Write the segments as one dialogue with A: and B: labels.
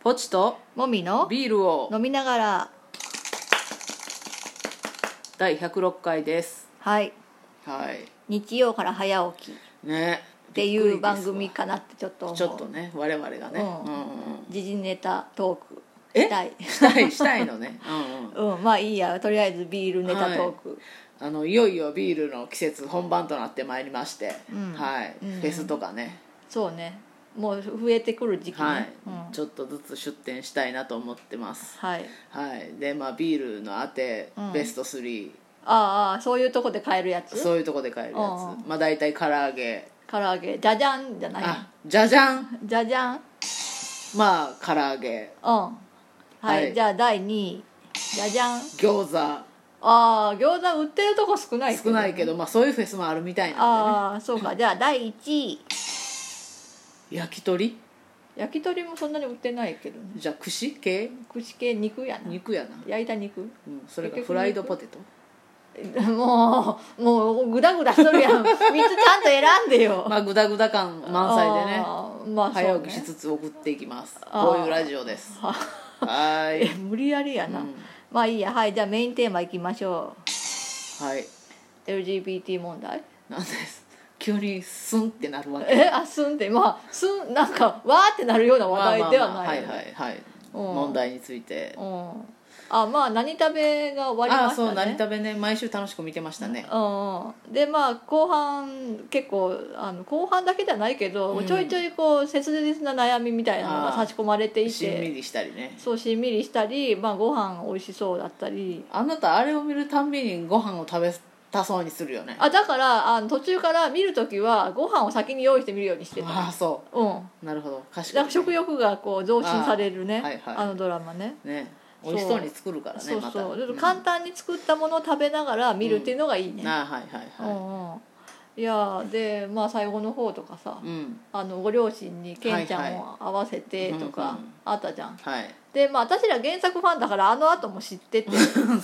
A: ポチと
B: もみの
A: ビールを
B: 飲みながら
A: 第106回です
B: はい
A: はい
B: 日曜から早起きっ
A: ねって
B: いう番組かなってちょっと思う
A: ちょっとね我々がね、うん
B: うん
A: うんうん
B: 時事ネタトーク
A: え
B: したい
A: したい したいのね、うんうん、
B: うんまあいいやとりあえずビールネタトーク、
A: あのいよいよビールの季節本番となってまいりまして、
B: うん
A: はい、
B: うん
A: フェスとかね、
B: そうねもう増えてくる時期ね
A: はい、
B: うん
A: ちょっとずつ出店したいなと思ってます
B: はい、
A: はいでまあビールのあて、
B: うん
A: ベスト3
B: ああああそういうとこで買えるやつ
A: そういうとこで買えるやつ
B: うん
A: まあ大体唐揚げ
B: 唐揚げじゃじゃんじゃない
A: あじゃじゃん
B: じゃじゃんうん
A: まあ唐揚げ
B: はい、
A: はい
B: じゃあ第2位じゃじゃん
A: 餃子
B: ああ餃子売ってるとこ少ないけ
A: 少
B: ど
A: ないけど、まあ、そういうフェスもあるみたいなんで、ね、
B: ああそうかじゃあ第1位
A: 焼き鳥
B: 焼き鳥もそんなに売ってないけどね
A: じゃあ串系
B: 串系肉やな
A: 肉やな、
B: 焼いた肉
A: うん、それがフライドポテト
B: もうもうグダグダしと るやん3つちゃんと選んでよ
A: まあグダグダ感満載でね
B: あーまあそうね
A: 早起きしつつ送っていきます
B: あー
A: こういうラジオですは
B: は
A: ーい、
B: 無理やりやな、
A: うん
B: まあいいやはいじゃあメインテーマいきましょ
A: はい、
B: う LGBT 問題
A: なんです急にスンってなるわけ
B: えあすんってまあすんなんかわーってなるような
A: まあ
B: 話題では
A: まあまあは
B: ないい
A: はいはい
B: うん
A: 問題について
B: うんあまあ何食べが終わり
A: あ
B: ま
A: あ
B: し
A: そう
B: たね
A: 何食べね毎週楽しく見てましたね
B: うん、でまあ後半結構あの後半だけじゃないけど、
A: うん
B: ちょいちょいこう切実な悩みみたいなのが
A: あー
B: 差し込まれてい
A: しんみ
B: て
A: りしたりね
B: そうしんみりしたり、まあ、ご飯美味しそうだったり
A: あなたあれを見るたんびにご飯を食べたそうにするよね
B: あだからあの途中から見る時はご飯を先に用意して見るようにしてた
A: ああそ
B: うん
A: うなるほど賢い
B: だから食欲がこう増進されるね
A: あ
B: あ,、
A: ーはいはい
B: のドラマね
A: ね美
B: そう
A: 味しそうに作るからね
B: そう
A: ま
B: そう、ちょっと
A: た
B: 簡単に作ったものを食べながら見るっていうのがいいね、
A: なあはいは
B: う
A: いは
B: んうんいやーでまあ最後の方とかさ、
A: いうん
B: あのご両親にケンちゃ
A: はい
B: ん
A: はい
B: を会わせてと
A: うんう
B: か
A: ん
B: あったじゃん、
A: はい
B: でまあ私ら原作ファンだからあの後も知ってて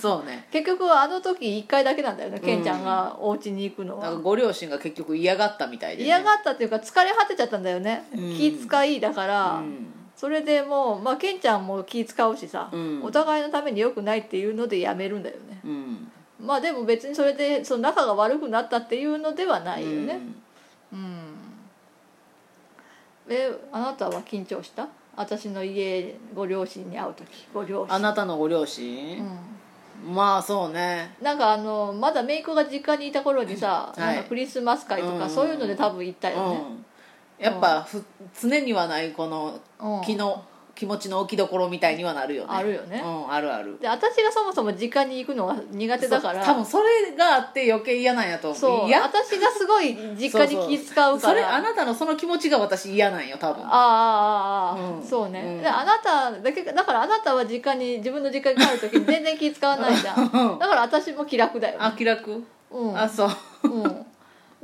A: そうね
B: 結局あの時1回だけなんだよねケンちゃんがお家に行くの
A: な
B: は、
A: んかご両親が結局嫌がったみたいでね
B: 嫌がったっていうか疲れ果てちゃったんだよね、
A: うん
B: 気使いだから、
A: うん
B: それでもう、まあ、ケンちゃんも気使うしさ、
A: うん
B: お互いのために良くないっていうのでやめるんだよね
A: うん
B: まあでも別にそれでその仲が悪くなったっていうのではないよねうん、えあなたは緊張した私の家ご両親に会う時ご両
A: あ
B: 親
A: なたのご両
B: う
A: 親、
B: ん
A: まあそうね
B: なんかあのまだ姪っ子が実家にいた頃にさ、
A: はい
B: なんかクリスマス会と
A: う
B: か
A: ん
B: そういうので多分行ったよね、
A: うん、やっぱふ常にはないこの
B: うん
A: 気の気持ちの置きどころみたいにはなるよね
B: あるよね
A: うんあるある
B: で私がそもそも実家に行くのが苦手だから
A: そう多分それがあって余計嫌なんやと思
B: そう
A: 嫌
B: 私がすごい実家に気使うから
A: それあなたのその気持ちが私嫌なんよ多分
B: ああああああ、
A: うん
B: そうね、
A: うん
B: であなただけだからあなたは実家に自分の実家に帰る時に全然気使わないじゃん
A: うん
B: だから私も気楽だよ、
A: あ気楽、
B: うん、
A: あそう
B: うん、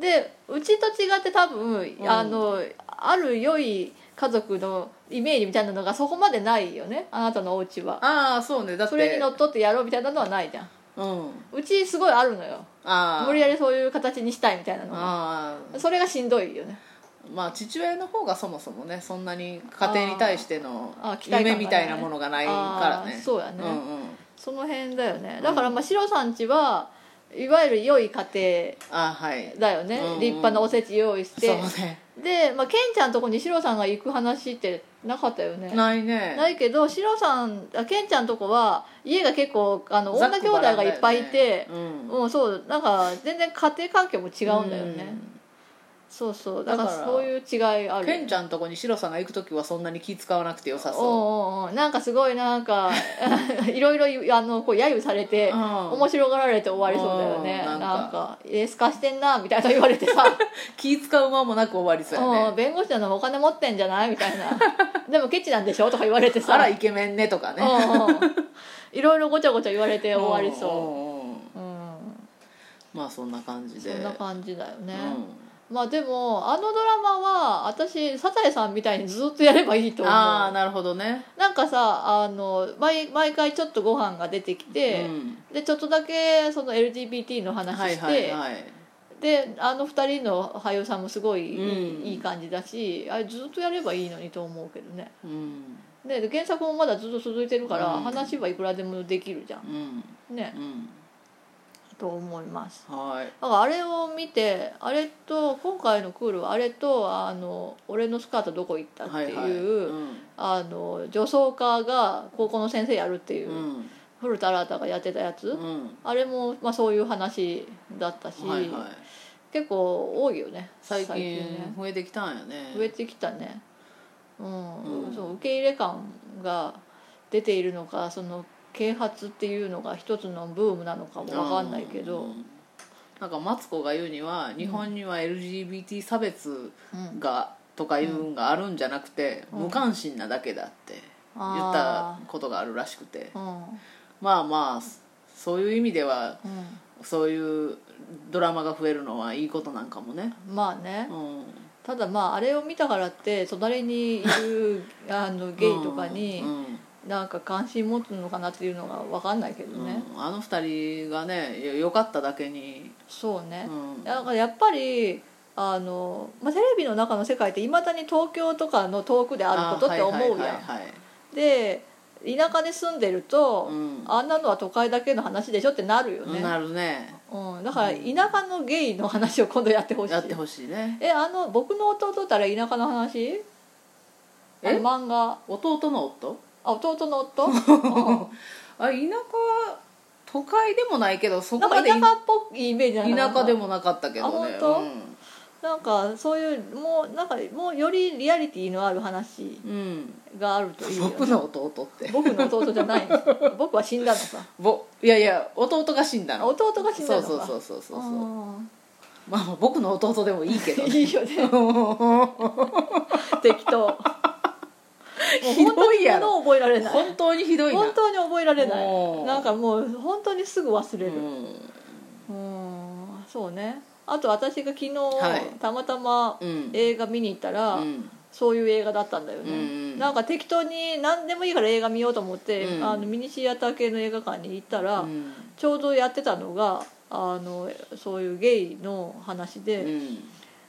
B: でうちと違って多分、
A: ん
B: あのある良い家族のイメージみたいなのがそこまでないよねあなたのお家は
A: ああそうねだって
B: それにのっとってやろうみたいなのはないじゃん
A: うん
B: うちすごいあるのよ
A: ああ
B: 無理やりそういう形にしたいみたいなのが
A: ああ
B: それがしんどいよね
A: まあ父親の方がそもそもねそんなに家庭に対しての
B: あーあー期待感が
A: 夢
B: ね
A: みたいなものがないからね
B: あーそうやね
A: んうん、
B: その辺だよねだからまあシロさんちはいわゆる良い家
A: あーはい
B: 庭だよね、
A: うんうん
B: 立派なおせち用意して
A: そうね
B: で、まあ、ケンちゃんとこにシロさんが行く話ってなかったよね
A: ないね
B: ないけどシロさんあケンちゃんとこは家が結構あの女兄弟がいっぱいいて、
A: ざくばらんだよねうん、
B: うん、そうなんか全然家庭環境も違うんだよね、そうそうだか
A: だ
B: ら
A: から
B: そういう違いあ
A: うん
B: る
A: ケンちゃんとこにシロさんが行く時はそんなに気使わなくてよさそう
B: おうおうおうなんかすごいなんか いろいろあのこう揶揄されて、
A: うん
B: 面白がられて終わりそうだよね、
A: うん
B: な
A: なんんか
B: か「えすかしてんな」みたいな言われてさ
A: 気使う間もなく終わり
B: 「
A: そうや
B: う
A: ね
B: ん弁護士なのお金持ってんじゃない?」みたいな 「でもケチなんでしょ?」とか言われてさ
A: あらイケメンねとかね
B: うんうんいろいろごちゃごちゃ言われて終わりそ
A: う
B: う。
A: んうんうん
B: うん
A: まあそんな感じ
B: そ
A: で
B: んな感じだよね、
A: う
B: まあでもあのドラマは私サザエさんみたいにずっとやればいいと
A: ん、
B: 思う
A: ああ
B: な
A: なるほどね、
B: んかさあの毎毎回ちょっとご飯が出てきて、
A: うん、
B: でちょっとだけその LGBT の
A: は
B: 話
A: い
B: して、
A: はいはい
B: であの2人の俳優さんもすごいいい,、
A: うん
B: 感じだしあれずっとやればいいのにと思うけどね
A: うん
B: ね、で原作もまだずっと続いてるから、
A: うん
B: 話はいくらでもできるじゃ
A: うん
B: んね
A: うん
B: と思います
A: はい
B: だからあれを見てあれと今回のクールはあれとあの「俺のスカートどこ行った?」って
A: はい
B: いう、
A: はいうん
B: あの女装家が高校の先生やるっていう、
A: うん
B: 古田新太がやってたやつ、
A: うん
B: あれも、まあ、そういう話だったし、
A: はいはい
B: 結構多いよね
A: 最近
B: ね
A: 増えてきたんやね
B: 増えてきたね、うん
A: うん
B: そう受け入れ感が出ているのかその啓発っていうのが一つのブームなのかも分かんないけど、
A: う
B: うん
A: んなんかマツコが言うには日本には LGBT 差別がとかいうんがあるんじゃなくて、
B: うん
A: 無関心なだけだって言った
B: あ
A: ことがあるらしくて
B: ーうん
A: まあまあそういう意味では
B: う
A: そういうドラマが増えるのはいいことなんかもね、
B: ん、まあね
A: うん、
B: ただまああれを見たからって隣にいるあのゲイとかに
A: うんうん
B: なんか関心持つのかなっていうのが分かんないけどね、
A: うんあの二人がねよよかっただけに、
B: そうね、
A: うん
B: だからやっぱりあの、まあ、テレビの中の世界っていまだに東京とかの遠くであることって思う
A: あ
B: やん、
A: はいはいはいはい
B: で田舎に住んでると、
A: うん
B: あんなのは都会だけの話でしょってなるよね、
A: なるね
B: うん、だから田舎のゲイの話を今度やってほしい
A: やってほしいね
B: えあの僕の弟ったら田舎の話
A: え
B: あの漫画
A: 弟の夫
B: あ弟の夫、うん
A: あ田舎は都会でもないけどそ
B: な
A: こま
B: んか
A: で
B: 田舎っぽいイメージじゃない
A: 田舎でもなかったけどね
B: あ本なんかそういうもうなんかもうよりリアリティのある話
A: うん、うん
B: があるといいよ、ね、
A: 僕の弟って
B: 僕の弟じ ゃないの僕は死んだのさ
A: ぼいやいや弟が死んだ
B: あ
A: の
B: 弟が死んだ
A: そ
B: の
A: う
B: か
A: そうそうそうそうそう
B: あ
A: まあまあ僕の弟でもいいけ
B: ー
A: どね
B: いいよね
A: 本
B: 適 当もう
A: ひ
B: 本当
A: どい
B: に
A: や
B: も
A: ろ
B: のを覚えられない
A: 当にひどいな
B: 本当に覚えられな
A: も
B: いうなんかもう本当にすぐ忘れ
A: う
B: る
A: ん
B: うんそうねあと私が昨日、
A: はい
B: たまたま
A: うん
B: 映画見に行ったら、
A: うん
B: そういう映画だったんだよね、
A: うんうん
B: なんか適当に何でもいいから映画見ようと思って、
A: うん
B: あのミニシアター系の映画館に行ったら、
A: うん
B: ちょうどやってたのがあのそういうゲイの話で,、
A: うん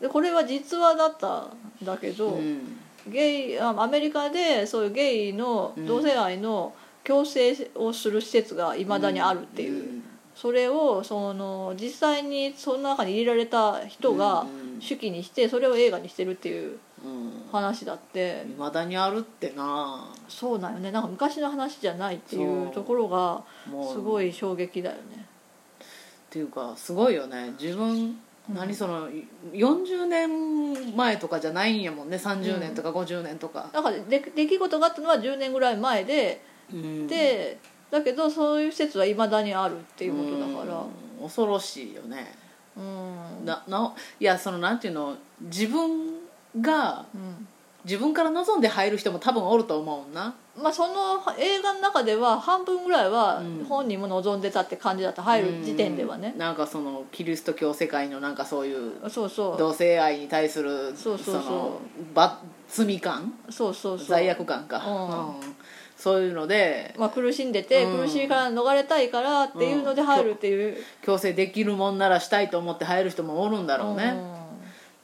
B: でこれは実話だったんだけど、
A: うん
B: ゲイあアメリカでそういうゲイの同性愛の強制をする施設がいまだにあるっていう、それをその実際にその中に入れられた人が
A: うん
B: 手記にしてそれを映画にしてるっていう
A: うん
B: 話だって
A: いまだにあるってな
B: そうなんよねなんか昔の話じゃないっていう
A: そう
B: ところが
A: もう
B: すごい衝撃だよね。
A: っていうかすごいよね自分何その40年前とかじゃないんやもんね30年とか50年とか、
B: なんかで出来事があったのは10年ぐらい前で
A: うん
B: でだけどそういう施設はいまだにあるっていうことだから
A: うん恐ろしいよね
B: うん
A: なないやそのなんていうの自分が
B: うん
A: 自分から望んで入る人も多分おると思うんな
B: まあその映画の中では半分ぐらいは
A: うん
B: 本人も望んでたって感じだった入る時点ではね
A: うんなんかそのキリスト教世界のなんかそういう
B: そうそ
A: 同性愛に対する
B: そうそうそう
A: のば罪感
B: うそうそうそう
A: 罪悪感か、
B: うん
A: うんそういうので
B: まあ苦しんでて
A: うん
B: 苦しいから逃れたいからっていうので入るっていう
A: 強制できるもんならしたいと思って入る人もおるんだろうね、
B: うん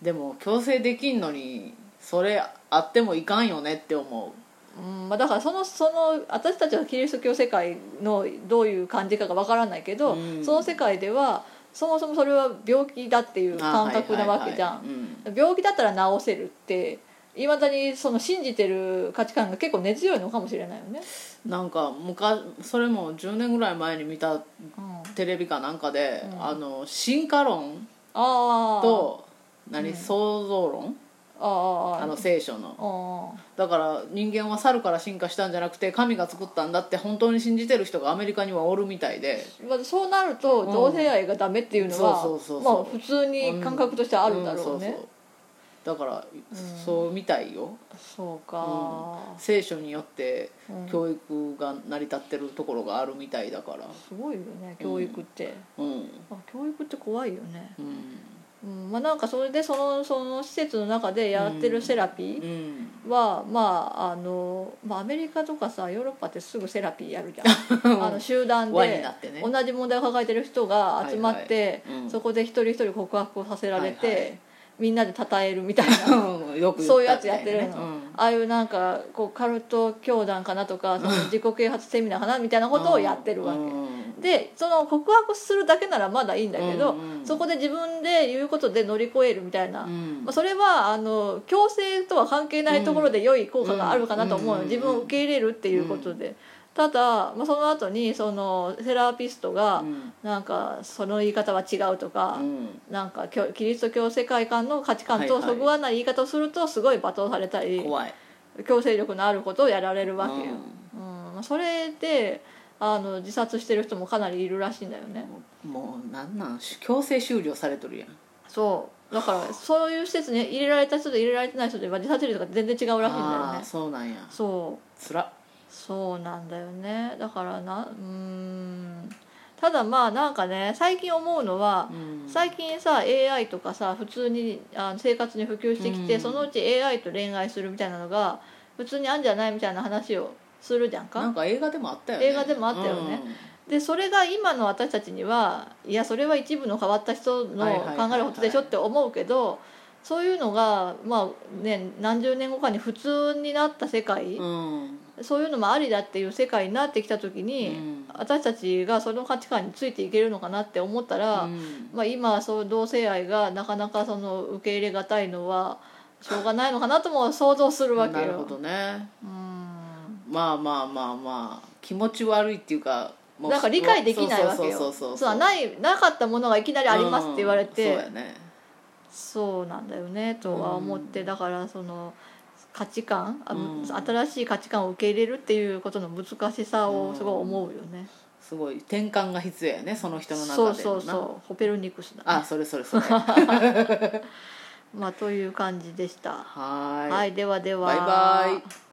A: でも強制できんのにそれあってもいかんよねって思
B: うんまあ、だからそのその私たちはキリスト教世界のどういう感じかがわからないけど、
A: うん
B: その世界ではそもそもそれは病気だっていうう感覚なわけじゃん、
A: あーはいはいはい
B: 病気だったら治せるっていまだにその信じてる価値観が結構根強いのかもしれないよね、
A: うんなんか昔それも10年ぐらい前に見た
B: うん、あ
A: テレビかなんかで、
B: うん
A: あの進化論
B: あ
A: と何、
B: うん
A: 創造論
B: ああああ
A: あの聖書の
B: あ
A: だから人間は猿から進化したんじゃなくて神が作ったんだって本当に信じてる人がアメリカにはおるみたいで
B: まあそうなると
A: うん
B: 同性愛がダメっていうのは
A: そうそうそう
B: ま
A: そ
B: あ
A: う
B: 普通に感覚としてあるだろうね、
A: んんそそうだから、
B: ん
A: そうみたいよ
B: そうか、
A: 聖書によって
B: うん
A: 教育が成り立ってるところがあるみたいだから
B: すごいよね教育って。
A: うん
B: あ教育って怖いよね、
A: うん
B: うんまあ、なんかそれでそのその施設の中でやってるセラ
A: う
B: ピ
A: ん
B: ーは、まああのまあ、アメリカとかさヨーロッパってすぐセラピーやるじ ゃんあの集団
A: 輪に
B: で
A: なってね
B: 同じ問題を抱えてる人が集まって、
A: はいはいうん
B: そこで一人一人告白をさせられて、
A: はいはい
B: みんなで称えるみたいな
A: うんよく言ったみたいなね
B: そういうやつやってるの
A: うん
B: ああいうなんかこうカルト教団かなとかその自己啓発セミナーかなみたいなことをやってるわ
A: う
B: け
A: ん
B: でその告白するだけならまだいいんだけど、
A: うんうん
B: そこで自分で言うことで乗り越えるみたいな、
A: うん
B: まあ、それはあの強制とは関係ないところで良い効果があるかなと思うの、
A: うん
B: 自分を受け入れるっていうことで、ただ、まあ、その後にそのセラピストが
A: うん
B: なんかその言い方は違うとか、
A: うん
B: なんか教キリスト教世界観の価値観と
A: はいは
B: そ
A: い
B: ぐわない言い方をするとすごい罵倒されたり、
A: 怖い
B: 強制力のあることをやられるわけよ、
A: うん
B: うんまあそれであの自殺してる人もかなりいるらしいんだよね
A: もうなんなん強制終了されとるやん
B: そうだからそういう施設に入れられた人と入れられてない人では自殺率が全然違うらしいんだよ
A: あ
B: ね
A: ーそうなんや
B: そう
A: つら
B: そうなんだよねだからなうーんただまあなんかね最近思うのは
A: うん
B: 最近さ AI とかさ普通にあの生活に普及してきて、
A: うん
B: そのうち AI と恋愛するみたいなのが普通にあんじゃないみたいな話をするじゃんか
A: なんか映画でもあったよね
B: 映画でもあったよねでそれが今の私たちにはいやそれは一部の変わった人の
A: はいはいはいはい
B: 考えることでしょって思うけどそういうのがまあね何十年後かに普通になった世界、
A: うんうん
B: そういうのもありだっていう世界になってきた時
A: う
B: に、
A: ん
B: 私たちがその価値観についていけるのかなって思ったら、
A: うん
B: まあ、今そう同性愛がなかなかその受け入れがたいのはしょうがないのかなとも想像するわけよ。
A: なるほどね
B: うん
A: まあまあまあまあ気持ち悪いっていうかもう
B: なんか理解できないわけ
A: そうそ
B: よ
A: うそうそう
B: そうないなかったものがいきなりありますって言われて、
A: うんそうやね
B: そうなんだよねとは思って、
A: うん
B: だからその価値観あ
A: うん
B: 新しい価値観を受け入れるっていうことの難しさをすごい思うよね、
A: すごい転換が必要やねその人の中で
B: そ
A: の
B: う
A: な
B: そうそうホペルニクスだ、ね、
A: あそれそれ それは
B: まあという感じでした
A: ーい
B: はい、ではでは
A: バイバイ